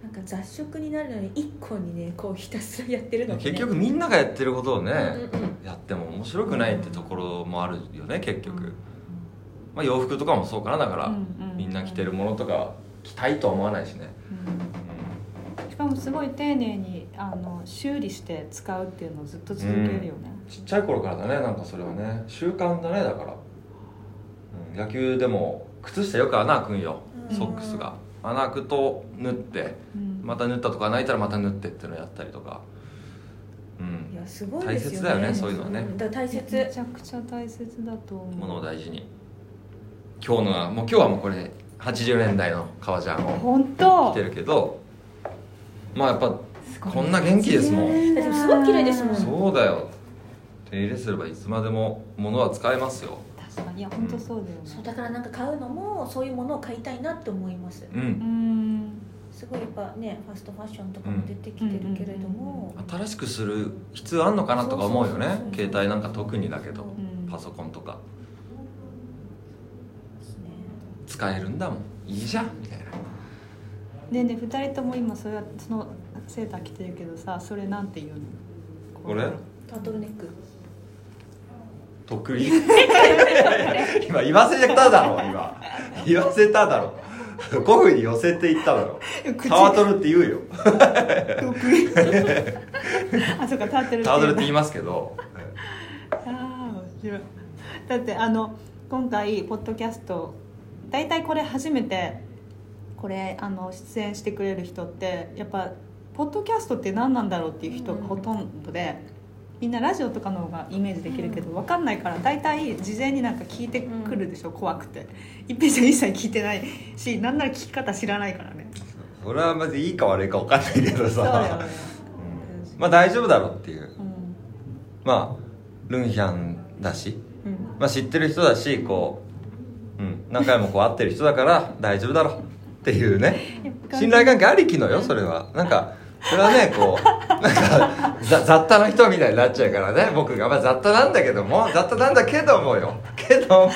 Speaker 4: なんか雑食になるのに一個にねこうひたすらやってるのがね
Speaker 3: 結局みんながやってることをね
Speaker 4: うんうん
Speaker 3: やっても面白くないってところもあるよね結局まあ洋服とかもそうかなだから
Speaker 1: うんうん
Speaker 3: みんな着てるものとか着たいとは思わないしね
Speaker 1: うんしかもすごい丁寧にあの修理して使うっていうのをずっと続けるよね、
Speaker 3: ちっちゃい頃からだねなんかそれはね習慣だねだから、うん、野球でも靴下よく穴開くんよ
Speaker 5: うん
Speaker 3: ソックスが穴開くと縫って
Speaker 1: うん
Speaker 3: また縫ったとか泣いたらまた縫ってっていうのやったりとかう
Speaker 4: い
Speaker 3: ん
Speaker 4: やすごいですよね
Speaker 3: 大切だよねそういうのはね
Speaker 4: んだから大
Speaker 1: め
Speaker 4: 切
Speaker 1: ちゃくちゃ大切だと思う
Speaker 3: 物を大事に今日のはもう今日はもうこれ80年代の革ジャンを
Speaker 1: 本
Speaker 3: 着
Speaker 1: 当
Speaker 3: てるけどまあやっぱ
Speaker 1: すごい
Speaker 3: こんな元気ですもん
Speaker 4: でもすごい綺麗ですもん
Speaker 3: そうだよ手入れすればいつまでも物は使えますよ
Speaker 1: 確かにいや本当そうだよ
Speaker 4: そう
Speaker 1: ね
Speaker 4: だからなんか買うのもそういうものを買いたいなって思います
Speaker 3: うん
Speaker 1: うん
Speaker 4: すごいやっぱねファストファッションとかも出てきてるけれども、
Speaker 3: 新しくする必要あんのかなとか思うよ
Speaker 4: そう
Speaker 3: ね
Speaker 4: そうそう
Speaker 3: 携帯なんか特にだけど
Speaker 1: うん
Speaker 3: パソコンとか
Speaker 4: ですね
Speaker 3: 使えるんだもんいいじゃんみたいな
Speaker 1: ねえねえ2人とも今それはそのセーター着てるけどさそれなんて言うの
Speaker 3: これ
Speaker 4: タートルネック
Speaker 3: 得意今言わせただろ今言わせただろ5分に寄せていっただろタワトルって言うよ
Speaker 1: 得意 あそうか立ってる
Speaker 3: タワトルって言いますけど
Speaker 1: ああ面白いだってあの今回ポッドキャスト大体これ初めてこれあの出演してくれる人ってやっぱポッドキャストって何なんだろうっていう人がほとんどで、みんなラジオとかの方がイメージできるけど分かんないから大体事前になんか聞いてくるでしょ、怖くて一平ちゃん一切聞いてないしなんなら聞き方知らないからね
Speaker 3: それはまずいいか悪いか分かんないけど
Speaker 1: そうだよ
Speaker 3: さ
Speaker 1: ね、
Speaker 3: うんまあ大丈夫だろうってい
Speaker 1: う
Speaker 3: う
Speaker 1: ん
Speaker 3: まあルンヒャンだし
Speaker 1: うん、
Speaker 3: まあ、知ってる人だしこう、うん、何回もこう会ってる人だから大丈夫だろうっていうね信頼関係ありきのよそれはなんかそれはねこうなんかざ雑多な人みたいになっちゃうからね僕が、まあ、雑多なんだけども雑多なんだけどもよけども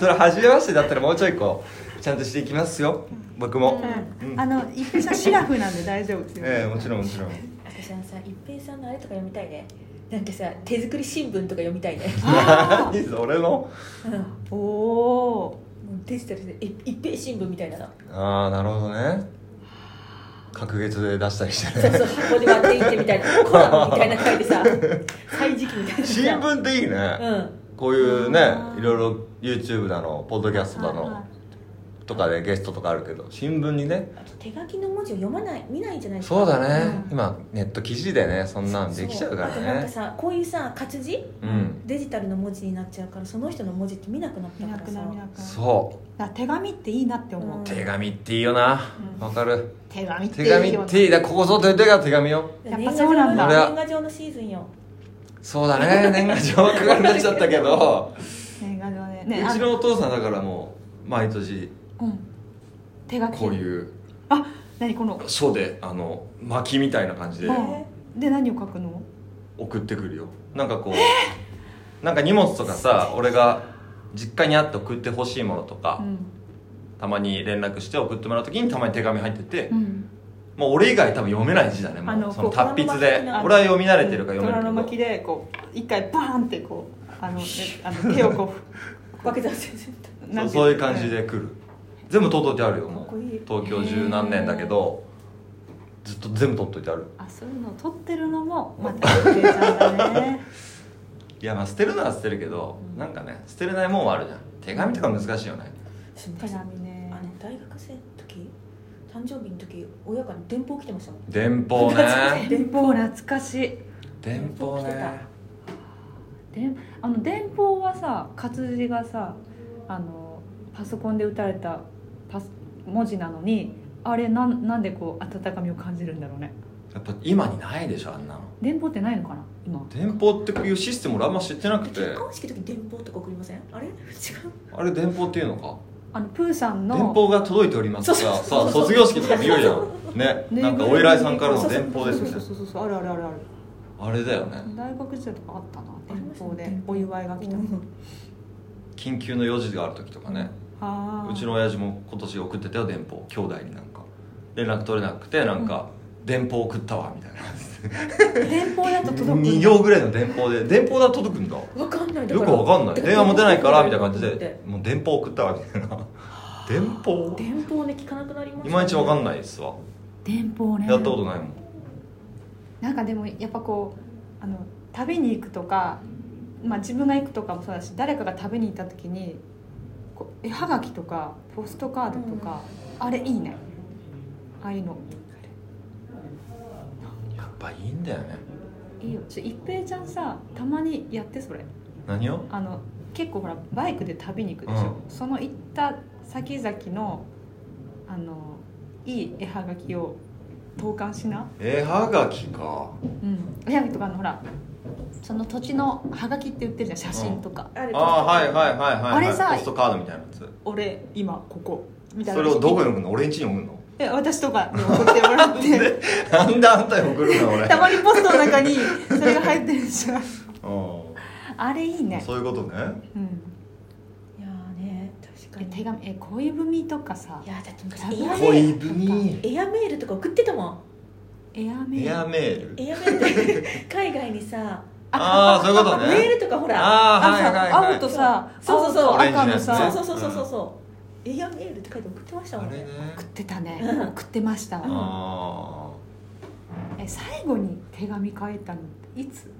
Speaker 3: それ初めましてだったらもうちょいこうちゃんとしていきますよ僕も、うん
Speaker 1: あの一平ちゃんシラフなんで大丈夫ですよ、
Speaker 3: ええもちろんもちろん
Speaker 4: 私あのさ一平さんのあれとか読みたいねなんかさ手作り新聞とか読みたいね、
Speaker 1: あ
Speaker 3: 何それの
Speaker 4: うん、 も
Speaker 1: ーおお
Speaker 4: うデジタルでい一平新聞みたいなの
Speaker 3: ああなるほどね隔月で出したりして
Speaker 4: そう
Speaker 3: ね
Speaker 4: そう箱で割っていってみたい なコラムみたいな書いてさ歳時記 みたいなさ
Speaker 3: 新聞っていいね、
Speaker 4: うん
Speaker 3: こういうね
Speaker 1: あー
Speaker 3: いろいろ YouTube だのポッドキャストだ
Speaker 1: はいは
Speaker 3: のとかでゲストとかあるけど新聞にね
Speaker 4: あと手書きの文字を読まない見ないじゃないですか
Speaker 3: そうだね、今ネット記事でねそんなんできちゃうか
Speaker 4: あとなん
Speaker 3: ら
Speaker 4: か
Speaker 3: ね
Speaker 4: さこういうさ活字
Speaker 3: うん
Speaker 4: デジタルの文字になっちゃうからその人の文字って見なくなった
Speaker 1: 見
Speaker 4: か
Speaker 1: な
Speaker 4: ら
Speaker 1: く
Speaker 4: さ
Speaker 1: なる見なくなる
Speaker 3: そ
Speaker 1: だから手紙っていいなって思う、
Speaker 4: うん
Speaker 3: う手紙っていいよなわかる
Speaker 1: 手紙ってい
Speaker 3: 手
Speaker 1: いよね
Speaker 3: 紙っていいだここぞという手が手紙よ
Speaker 1: やっぱそうなんだ
Speaker 4: 年賀状の年賀状のシーズンよ
Speaker 3: そうだね年賀状はかかになっちゃったけ ど
Speaker 1: 年賀状ねね
Speaker 3: う
Speaker 1: あ
Speaker 3: ちのお父さんだからもう毎年
Speaker 1: うん手書き
Speaker 3: こういう
Speaker 1: あ何この
Speaker 3: 書であの巻きみたいな感じで
Speaker 1: うんで何を書くの
Speaker 3: 送ってくるよなんかこうなんか荷物とかさ俺が実家にあって送ってほしいものとか、
Speaker 1: うん
Speaker 3: たまに連絡して送ってもらう時にたまに手紙入ってて、
Speaker 1: うん
Speaker 3: もう俺以外多分読めない字だね
Speaker 1: あ
Speaker 3: も
Speaker 1: の
Speaker 3: うその
Speaker 1: こう
Speaker 3: 達筆
Speaker 4: 虎の巻
Speaker 3: で
Speaker 4: きな
Speaker 3: 俺は読み慣れてるから
Speaker 1: 虎の
Speaker 3: 読める
Speaker 1: 巻
Speaker 3: け
Speaker 1: き
Speaker 3: ど
Speaker 1: でこう一回バーンってこうあ のねあの手をこ
Speaker 4: わけじゃん先生
Speaker 1: う
Speaker 3: そ
Speaker 1: なん
Speaker 3: う
Speaker 1: てい
Speaker 3: そういう
Speaker 1: の
Speaker 3: 感じで来る全部取っといてあるよ
Speaker 4: かっ
Speaker 3: も
Speaker 4: こいいう
Speaker 3: 東京十何年だけどずっと全部取っといてある
Speaker 1: あそういうのを撮ってるのもまた ゆうちゃんだね
Speaker 3: いやまあ捨てるのは捨てるけど、なんかね捨てれないもんはあるじゃん手紙とか難しいよね
Speaker 1: 手紙ね
Speaker 4: あの大学生の時誕生日の時親から電報来てましたもん
Speaker 3: 電 報ね
Speaker 1: 電報懐かしい
Speaker 3: 電報
Speaker 4: 来て
Speaker 3: ね
Speaker 4: た
Speaker 1: 電あの電報はさ活字がさあのパソコンで打たれたパス文字なのにあれなんなんでこう温かみを感じるんだろうね
Speaker 3: やっぱ今にないでしょあんなの
Speaker 1: 電報ってないのかな今
Speaker 3: 電報っていうシステム俺あんま知ってなくて
Speaker 4: 結婚式の時電報とか送りませんあれ違う
Speaker 3: あれ電報っていうのか
Speaker 1: あのプーさん
Speaker 3: 電
Speaker 1: の
Speaker 3: 報が届いておりますが
Speaker 4: そうそう
Speaker 3: さ
Speaker 4: そ
Speaker 3: あ
Speaker 4: うそう
Speaker 3: 卒業式とか見ようじゃんね
Speaker 1: ぬいぐるみ
Speaker 3: なんかお偉いさんからの電報ですみた
Speaker 1: そう
Speaker 3: い
Speaker 1: そ
Speaker 3: な
Speaker 1: うそうそうあるあるあるある
Speaker 3: あれだよね
Speaker 1: 大学時代とかあったな
Speaker 4: ありま
Speaker 1: 電
Speaker 4: した
Speaker 1: 報
Speaker 4: ね
Speaker 1: でお祝いが来た、
Speaker 3: 緊急の用事がある時とかね
Speaker 1: あー
Speaker 3: うちの親父も今年送ってたよ電報兄弟になんか連絡取れなくてなんか電報送ったわみたい な
Speaker 1: 電報だと届く
Speaker 3: 2行ぐらいの電報で電報だと届くんだよ
Speaker 4: わかんない
Speaker 3: くわかんない電話も出ないからみたいな感じでもう電報送ったわみたいな電報
Speaker 4: 電報ね聞かなくなりました
Speaker 3: いまいちわかん
Speaker 4: い
Speaker 3: ないですわ
Speaker 1: 電報ね
Speaker 3: やったことないもん
Speaker 1: なんかでもやっぱこうあの旅に行くとか、まあ、自分が行くとかもそうだし誰かが旅に行った時にこう絵はがきとかポストカードとか、あれいいねああいうの
Speaker 3: やっぱいいんだよね
Speaker 1: いいよちょ一平ちゃんさたまにやってそれ
Speaker 3: 何を
Speaker 1: あの結構ほらバイクで旅に行くでしょ、その行った先々のあのいい絵はがきを投函しな
Speaker 3: 絵はがきか
Speaker 1: うん絵はがきとかあのほらその土地のはがきって売ってるじゃん写真とか、
Speaker 4: あれ
Speaker 3: ああはいはいはいはい、はい、
Speaker 1: あれさ
Speaker 3: ポストカードみたいなやつ
Speaker 1: 俺今ここみたいな
Speaker 3: それをどこに送るの俺んちに送るの
Speaker 1: え私とかに送ってもらって
Speaker 3: なんであんたに送るの 俺
Speaker 1: たまにポストの中にそれが入ってるじゃん
Speaker 3: う
Speaker 1: あれいい
Speaker 3: ん
Speaker 1: ね、
Speaker 3: そういうことね
Speaker 1: うん、
Speaker 4: いやーね確か
Speaker 1: え
Speaker 4: に
Speaker 1: 手紙え恋文とかさ
Speaker 4: いやだって昔
Speaker 1: 旅
Speaker 4: エアメ
Speaker 3: 恋
Speaker 4: ー
Speaker 3: 文
Speaker 4: ルエアメールとか送ってたもん
Speaker 1: エアメ
Speaker 3: エ
Speaker 1: ー
Speaker 3: ア
Speaker 1: ル
Speaker 3: メール
Speaker 4: エアメールって海外にさ
Speaker 3: ああそういうこと
Speaker 4: メー
Speaker 3: ね
Speaker 4: ルとかほら
Speaker 3: ああ
Speaker 1: あ
Speaker 3: はい
Speaker 1: さ
Speaker 3: はいはい
Speaker 1: 青とさ
Speaker 4: そうそうそう
Speaker 1: 青と赤の
Speaker 3: オレン
Speaker 1: さ
Speaker 3: ジの
Speaker 1: 送
Speaker 4: そ
Speaker 3: や
Speaker 4: うそうそうそうそうエアメールって書いて送ってましたも
Speaker 3: あ
Speaker 4: ん
Speaker 3: れね
Speaker 4: ね
Speaker 1: ってたね
Speaker 4: うん
Speaker 1: 送ってましたわ
Speaker 3: あ
Speaker 1: え最後に手紙書いたのっていつ
Speaker 3: ー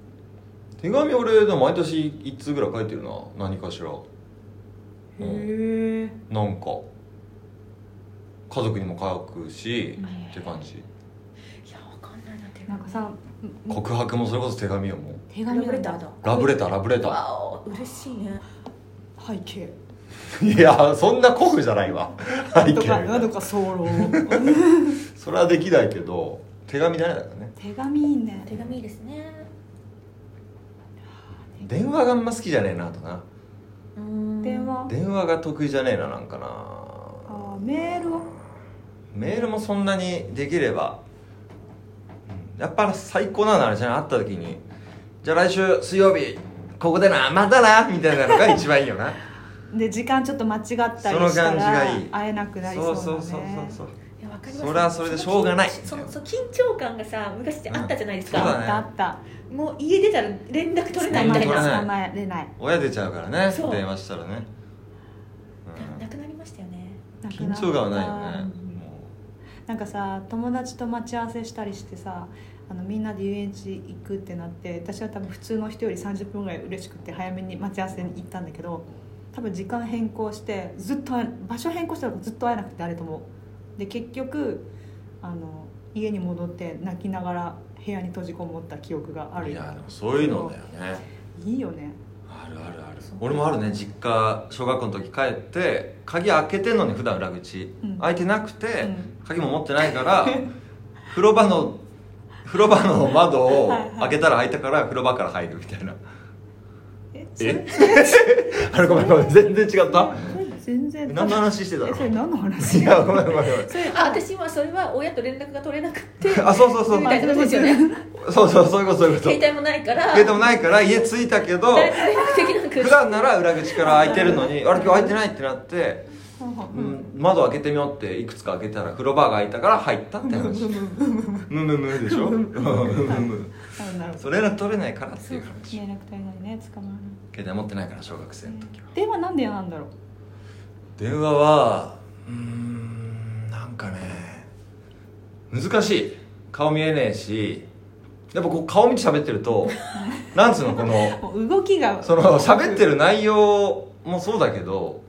Speaker 3: 手紙俺でも毎年1通ぐらい書いてるな何かしら
Speaker 1: へ
Speaker 3: うん
Speaker 1: え
Speaker 3: なんか家族にも書くし
Speaker 1: うん
Speaker 3: って感じ
Speaker 4: いやわかんないな手
Speaker 1: なんか
Speaker 4: 紙
Speaker 1: さ
Speaker 3: 告白もそれこそ手紙よもう
Speaker 1: 手
Speaker 4: ラ
Speaker 1: 紙
Speaker 4: ブレター
Speaker 1: だ
Speaker 4: だ
Speaker 3: ラブレターラブレター
Speaker 4: わお嬉しいね
Speaker 1: 背景
Speaker 3: いやそんな古風じゃないわ背
Speaker 1: と
Speaker 3: 景
Speaker 1: かなんとか早漏
Speaker 3: それはできないけど手紙だねだからね
Speaker 1: 手紙いいね
Speaker 4: 手紙いいですね
Speaker 3: 電話があんま好きじゃねえなとな
Speaker 4: うーん
Speaker 1: 電話
Speaker 3: 電話が得意じゃねえななんかな
Speaker 1: あーメールを
Speaker 3: メールもそんなにできればうんやっぱ最高なのはあれじゃない会った時にじゃあ来週水曜日ここでなまたなみたいなのが一番い いよな
Speaker 1: で時間ちょっと間違ったりしたら
Speaker 3: その感じがいい
Speaker 1: 会えなくなりそうだね
Speaker 3: そうそうそうそう
Speaker 4: いやわかります
Speaker 3: それはそれでしょうがない
Speaker 4: そのその緊張感がさ昔ってあったじゃないですか、
Speaker 3: うんそう
Speaker 1: あったあった
Speaker 4: もう家出たら連絡取れないみたい
Speaker 3: 連絡取れ
Speaker 4: な
Speaker 3: ない
Speaker 1: 捕まえれない
Speaker 3: 親出ちゃうからね
Speaker 4: そう
Speaker 3: 電話したらね、
Speaker 4: ななくなりましたよね
Speaker 1: なく
Speaker 3: うん、緊
Speaker 1: なった
Speaker 3: 張感はないよね
Speaker 4: うん
Speaker 3: も
Speaker 1: なんかさ友達と待ち合わせしたりしてさあのみんなで遊園地行くってなって私は多分普通の人より30分ぐらい嬉しくて早めに待ち合わせに行ったんだけど多分時間変更してずっと会え場所変更したらずっと会えなくて誰ともで結局あの家に戻って泣きながら部屋に閉じこもった記憶がある
Speaker 3: いやでもそういうのだよね
Speaker 1: いいよね
Speaker 3: あるあるある俺もあるね実家小学校の時帰って鍵開けてんのに普段裏口、
Speaker 1: うん
Speaker 3: 開いてなくて、
Speaker 1: うん
Speaker 3: 鍵も持ってないから 風呂場の風呂場の窓を
Speaker 1: はいはい
Speaker 3: 開けたら開いたから風呂場から入るみたいな
Speaker 1: えそれ
Speaker 3: え あれごめんごめん全然違った
Speaker 1: それ全然
Speaker 3: 何の話してたの
Speaker 1: えそれ何の話
Speaker 3: いやごめんごめんごめん
Speaker 6: あ私今それは親と連絡が取れなくて
Speaker 3: あそうそうそう
Speaker 6: みたいなことですよね
Speaker 3: そうそうそういうことそういうこと
Speaker 6: 携帯もないから
Speaker 3: 携帯もないから家着いたけど
Speaker 6: 誰と連絡できなく
Speaker 3: 普段なら裏口から開いてるのにあれ今日開いてないってなって、
Speaker 1: ほうほう
Speaker 3: うん、窓開けてみようっていくつか開けたら風呂場が開いたから入ったって話ムムムでしょムムム
Speaker 1: なるほどなるほど
Speaker 3: それが取れないからっていう話
Speaker 1: 連絡隊なりね捕まらない
Speaker 3: 携帯持ってないから小学生の時は
Speaker 1: 電話なんで嫌なんだろう
Speaker 3: 電話はうーんなんかね難しい顔見えねえしやっぱこう顔見て喋ってる となんつうのこの
Speaker 1: もう動きが
Speaker 3: その喋ってる内容もそうだけど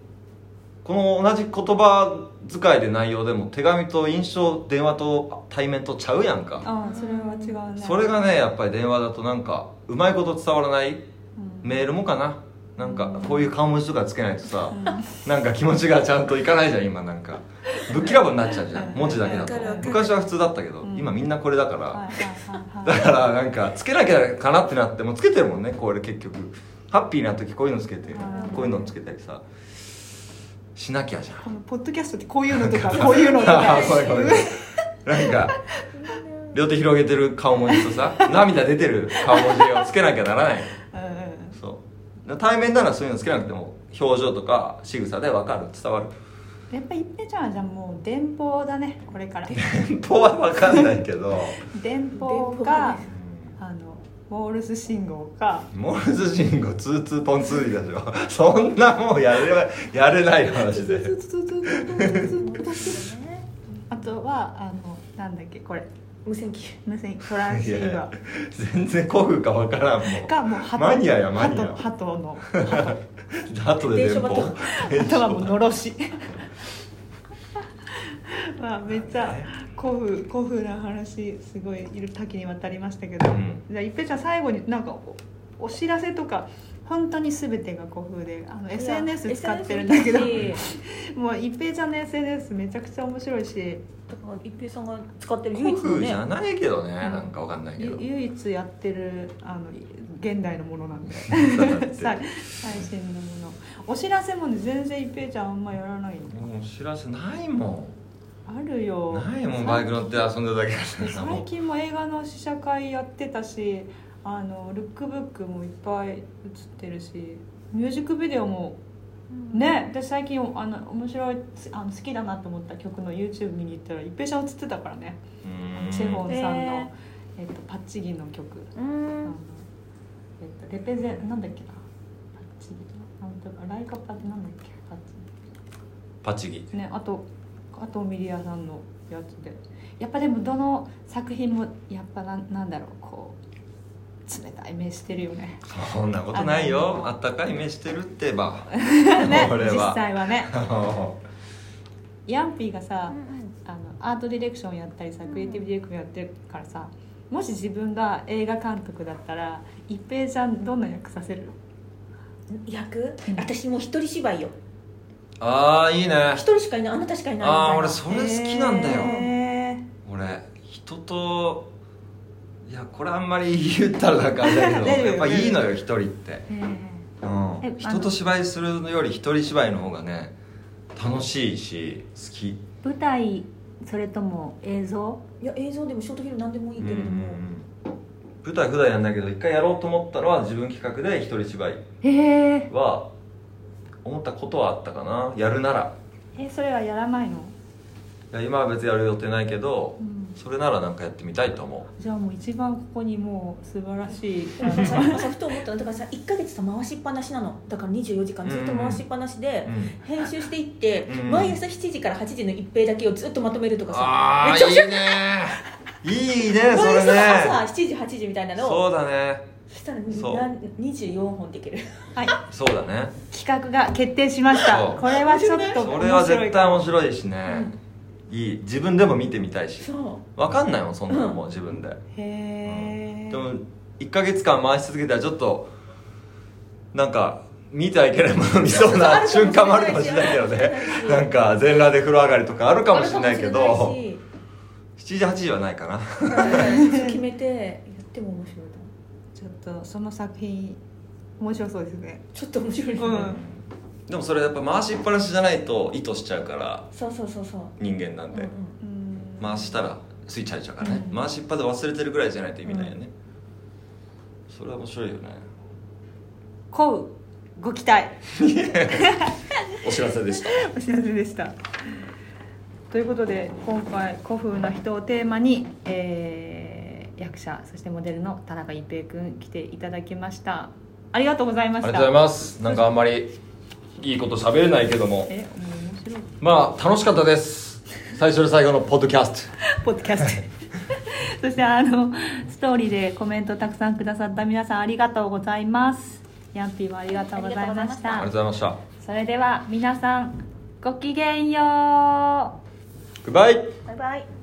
Speaker 3: この同じ言葉遣いで内容でも手紙と印象電話と対面とちゃうやんか
Speaker 1: ああそれは違うね
Speaker 3: それがねやっぱり電話だとなんかうまいこと伝わらない
Speaker 1: うん
Speaker 3: メールもかななんかこういう顔文字とかつけないとさなんか気持ちがちゃんといかないじゃん今なんかぶっきらぼうになっちゃうじゃん文字だけだと
Speaker 4: わかるわかる
Speaker 3: 昔は普通だったけど
Speaker 1: うん
Speaker 3: 今みんなこれだ
Speaker 1: は
Speaker 3: か
Speaker 1: い
Speaker 3: ら
Speaker 1: はいはい
Speaker 3: だ
Speaker 1: はい
Speaker 3: からなんかつけなきゃかなってなってもうつけてるもんねこれ結局ハッピーな時こういうのつけて
Speaker 1: はい
Speaker 3: こういうのつけたりさしなきゃじゃ
Speaker 1: こ
Speaker 3: ん
Speaker 1: のポッドキャストってこういうのとかこういうのとか
Speaker 3: あーごめんごめんなんか両手広げてる顔文字と さ涙出てる顔文字をつけなきゃならない
Speaker 1: うん
Speaker 3: そう対面ならそういうのつけなくても表情とか仕草で分かる伝わる
Speaker 1: やっぱ一平ちゃんはじゃあもう電報だねこれから
Speaker 3: 電報は分かんないけど
Speaker 1: 電報
Speaker 6: 電報
Speaker 1: か
Speaker 6: だ
Speaker 1: あのモールス信号か
Speaker 3: モールス信号ツーツーポンツーリーだしょそんなもうやればやれない話で
Speaker 1: あとはあのなんだっけこれ
Speaker 6: 無線機
Speaker 1: 無線トラン
Speaker 3: い
Speaker 1: シ
Speaker 3: やい
Speaker 1: ー
Speaker 3: や
Speaker 1: バ
Speaker 3: 全然古風か分からんも
Speaker 1: ー
Speaker 3: ん
Speaker 1: かもう鳩
Speaker 3: マニアやマニア
Speaker 1: 鳩鳩 の
Speaker 3: あとで電報
Speaker 6: 電書バ
Speaker 1: あとはもうのろ しまあめっちゃ古風古風な話すごいいる多岐にわたりましたけど、
Speaker 3: うん
Speaker 1: じゃあ一平ちゃん最後になんかおお知らせとか本当に全てが古風であの SNS 使ってるんだけど
Speaker 6: SNS
Speaker 1: もう一平ちゃんの SNS めちゃくちゃ面白いし
Speaker 6: だから一平さんが使ってる唯
Speaker 3: 古
Speaker 6: 一の
Speaker 3: 風
Speaker 6: ね
Speaker 3: じゃないけどねなんか分かんないけ
Speaker 1: ゆ
Speaker 3: ど
Speaker 1: 唯一やってるあのい現代のものなんでさ最新のものお知らせもね全然一平ちゃんあんまやらないんで
Speaker 3: もう知らせないも
Speaker 1: ある
Speaker 3: ん
Speaker 1: よ
Speaker 3: ないもんバイク乗って遊んでるだけだ
Speaker 1: で
Speaker 3: からも
Speaker 1: 最近も映画の試写会やってたしあのルックブックもいっぱい映ってるしミュージックビデオもね私最近あの面白いあの好きだなと思った曲の YouTube 見に行ったら一平ちゃん映ってたからね
Speaker 3: ううーん
Speaker 1: チェホンさんの、
Speaker 6: へ
Speaker 1: えっと、パッチギの曲、
Speaker 6: う
Speaker 1: あの
Speaker 6: ん
Speaker 1: えっと、レペゼンなんだっけなパッチギなんとかライカパってなんだっけパッチギ
Speaker 3: パチギ
Speaker 1: ねあとあとミリアさんのやつでやっぱでもどの作品もやっぱなんなんだろうこう冷たい目してるよ ね
Speaker 3: そんなことないよあったかい目してるって ば
Speaker 1: ね
Speaker 3: これは
Speaker 1: 実際はねヤンピーがさあのアートディレクションやったりさクリエイティブディレクションやってるからさもし自分が映画監督だったら一平ちゃんどんな役させる
Speaker 4: 役
Speaker 1: うん
Speaker 4: 私もう一人芝居よ
Speaker 3: ああいいね
Speaker 4: 一人しかいないあなたしかいないみたいな
Speaker 3: ああー俺それ好きなんだよ、
Speaker 1: え
Speaker 3: 俺人といやこれあんまり言ったらなんかあれだけ ど
Speaker 1: 大丈夫
Speaker 3: やっぱいいのよ一人って、
Speaker 1: ーえ
Speaker 3: う
Speaker 1: えあの
Speaker 3: ん、人と芝居するより一人芝居の方がね楽しいし好き
Speaker 1: ー舞台それとも映像
Speaker 4: いや映像でもショートフィルム何でもいいけれども、
Speaker 3: 舞台普段やんないけど一回やろうと思ったのは自分企画で一人芝居
Speaker 1: えー、
Speaker 3: は思ったことはあったかなやるなら
Speaker 1: えそれはやらないの、
Speaker 3: いや今は別にやる予定ないけどそれならなんかやってみたいと思
Speaker 1: じゃあもう一番ここにもう素晴らし い
Speaker 4: でもさ朝ふと思ったのだからさ1か月さ回しっぱなしなのだから24時間ずっと回しっぱなし
Speaker 3: う、
Speaker 4: で
Speaker 3: うん、
Speaker 4: 編集していって、
Speaker 3: うん
Speaker 4: 毎朝7時から8時の一平だけをずっとまとめるとかさ
Speaker 3: あ
Speaker 4: め
Speaker 3: あ
Speaker 4: っちゃ面白い
Speaker 3: いいねいいねそれ
Speaker 4: 毎
Speaker 3: ね
Speaker 4: 朝朝7時8時みたいなのを
Speaker 3: そうだね
Speaker 4: そしたら
Speaker 3: そう
Speaker 4: な24本できる
Speaker 3: そうだね
Speaker 1: 企画が決定しました
Speaker 3: そう
Speaker 1: これはちょっと
Speaker 3: それは絶対面
Speaker 1: い
Speaker 3: 白いしね、いい自分でも見てみたいし
Speaker 4: そう
Speaker 3: わかんないもんそんなのもう自分で、
Speaker 1: へえ、
Speaker 3: でも1か月間回し続けたらちょっとなんか見てはいけないもの見そうな瞬間もあるかもしれないけどね なんか全裸で風呂上がりとかあるかもしれないけ
Speaker 4: あ
Speaker 3: ど
Speaker 4: る
Speaker 3: 7時8時はないかな
Speaker 4: かもしれないしそう決めてやっても面白いと思う
Speaker 1: ちょっとその作品面白そうですね
Speaker 4: ちょっと面白い、
Speaker 1: うん
Speaker 3: でもそれやっぱ回しっぱなしじゃないと意図しちゃうから
Speaker 4: そうそうそうそう、
Speaker 3: 人間なん
Speaker 4: うんう
Speaker 3: で、
Speaker 4: ん、
Speaker 1: うん
Speaker 3: 回したらついちゃうちゃうからね、
Speaker 4: うん
Speaker 3: 回しっぱで忘れてるぐらいじゃないと意味ないよね、それは面白いよ ね
Speaker 1: こうご期待
Speaker 3: お知らせでした
Speaker 1: お知らせでしたということで今回「古風な人」をテーマに、えー役者そしてモデルの田中一平君来ていただきましたありがとうございました
Speaker 3: ありがとうございますなんかあんまりいいこと喋れないけども
Speaker 1: え面白い
Speaker 3: まあ楽しかったです最初で最後のポッドキャス
Speaker 1: ポッドキャストそしてあのストーリーでコメントたくさんくださった皆さんありがとうございますヤンピーもありがとうございまし
Speaker 3: ト
Speaker 1: た
Speaker 3: ありがとうございま
Speaker 1: それでは皆さんごきげんよう
Speaker 3: したグッバイ
Speaker 4: バイバイ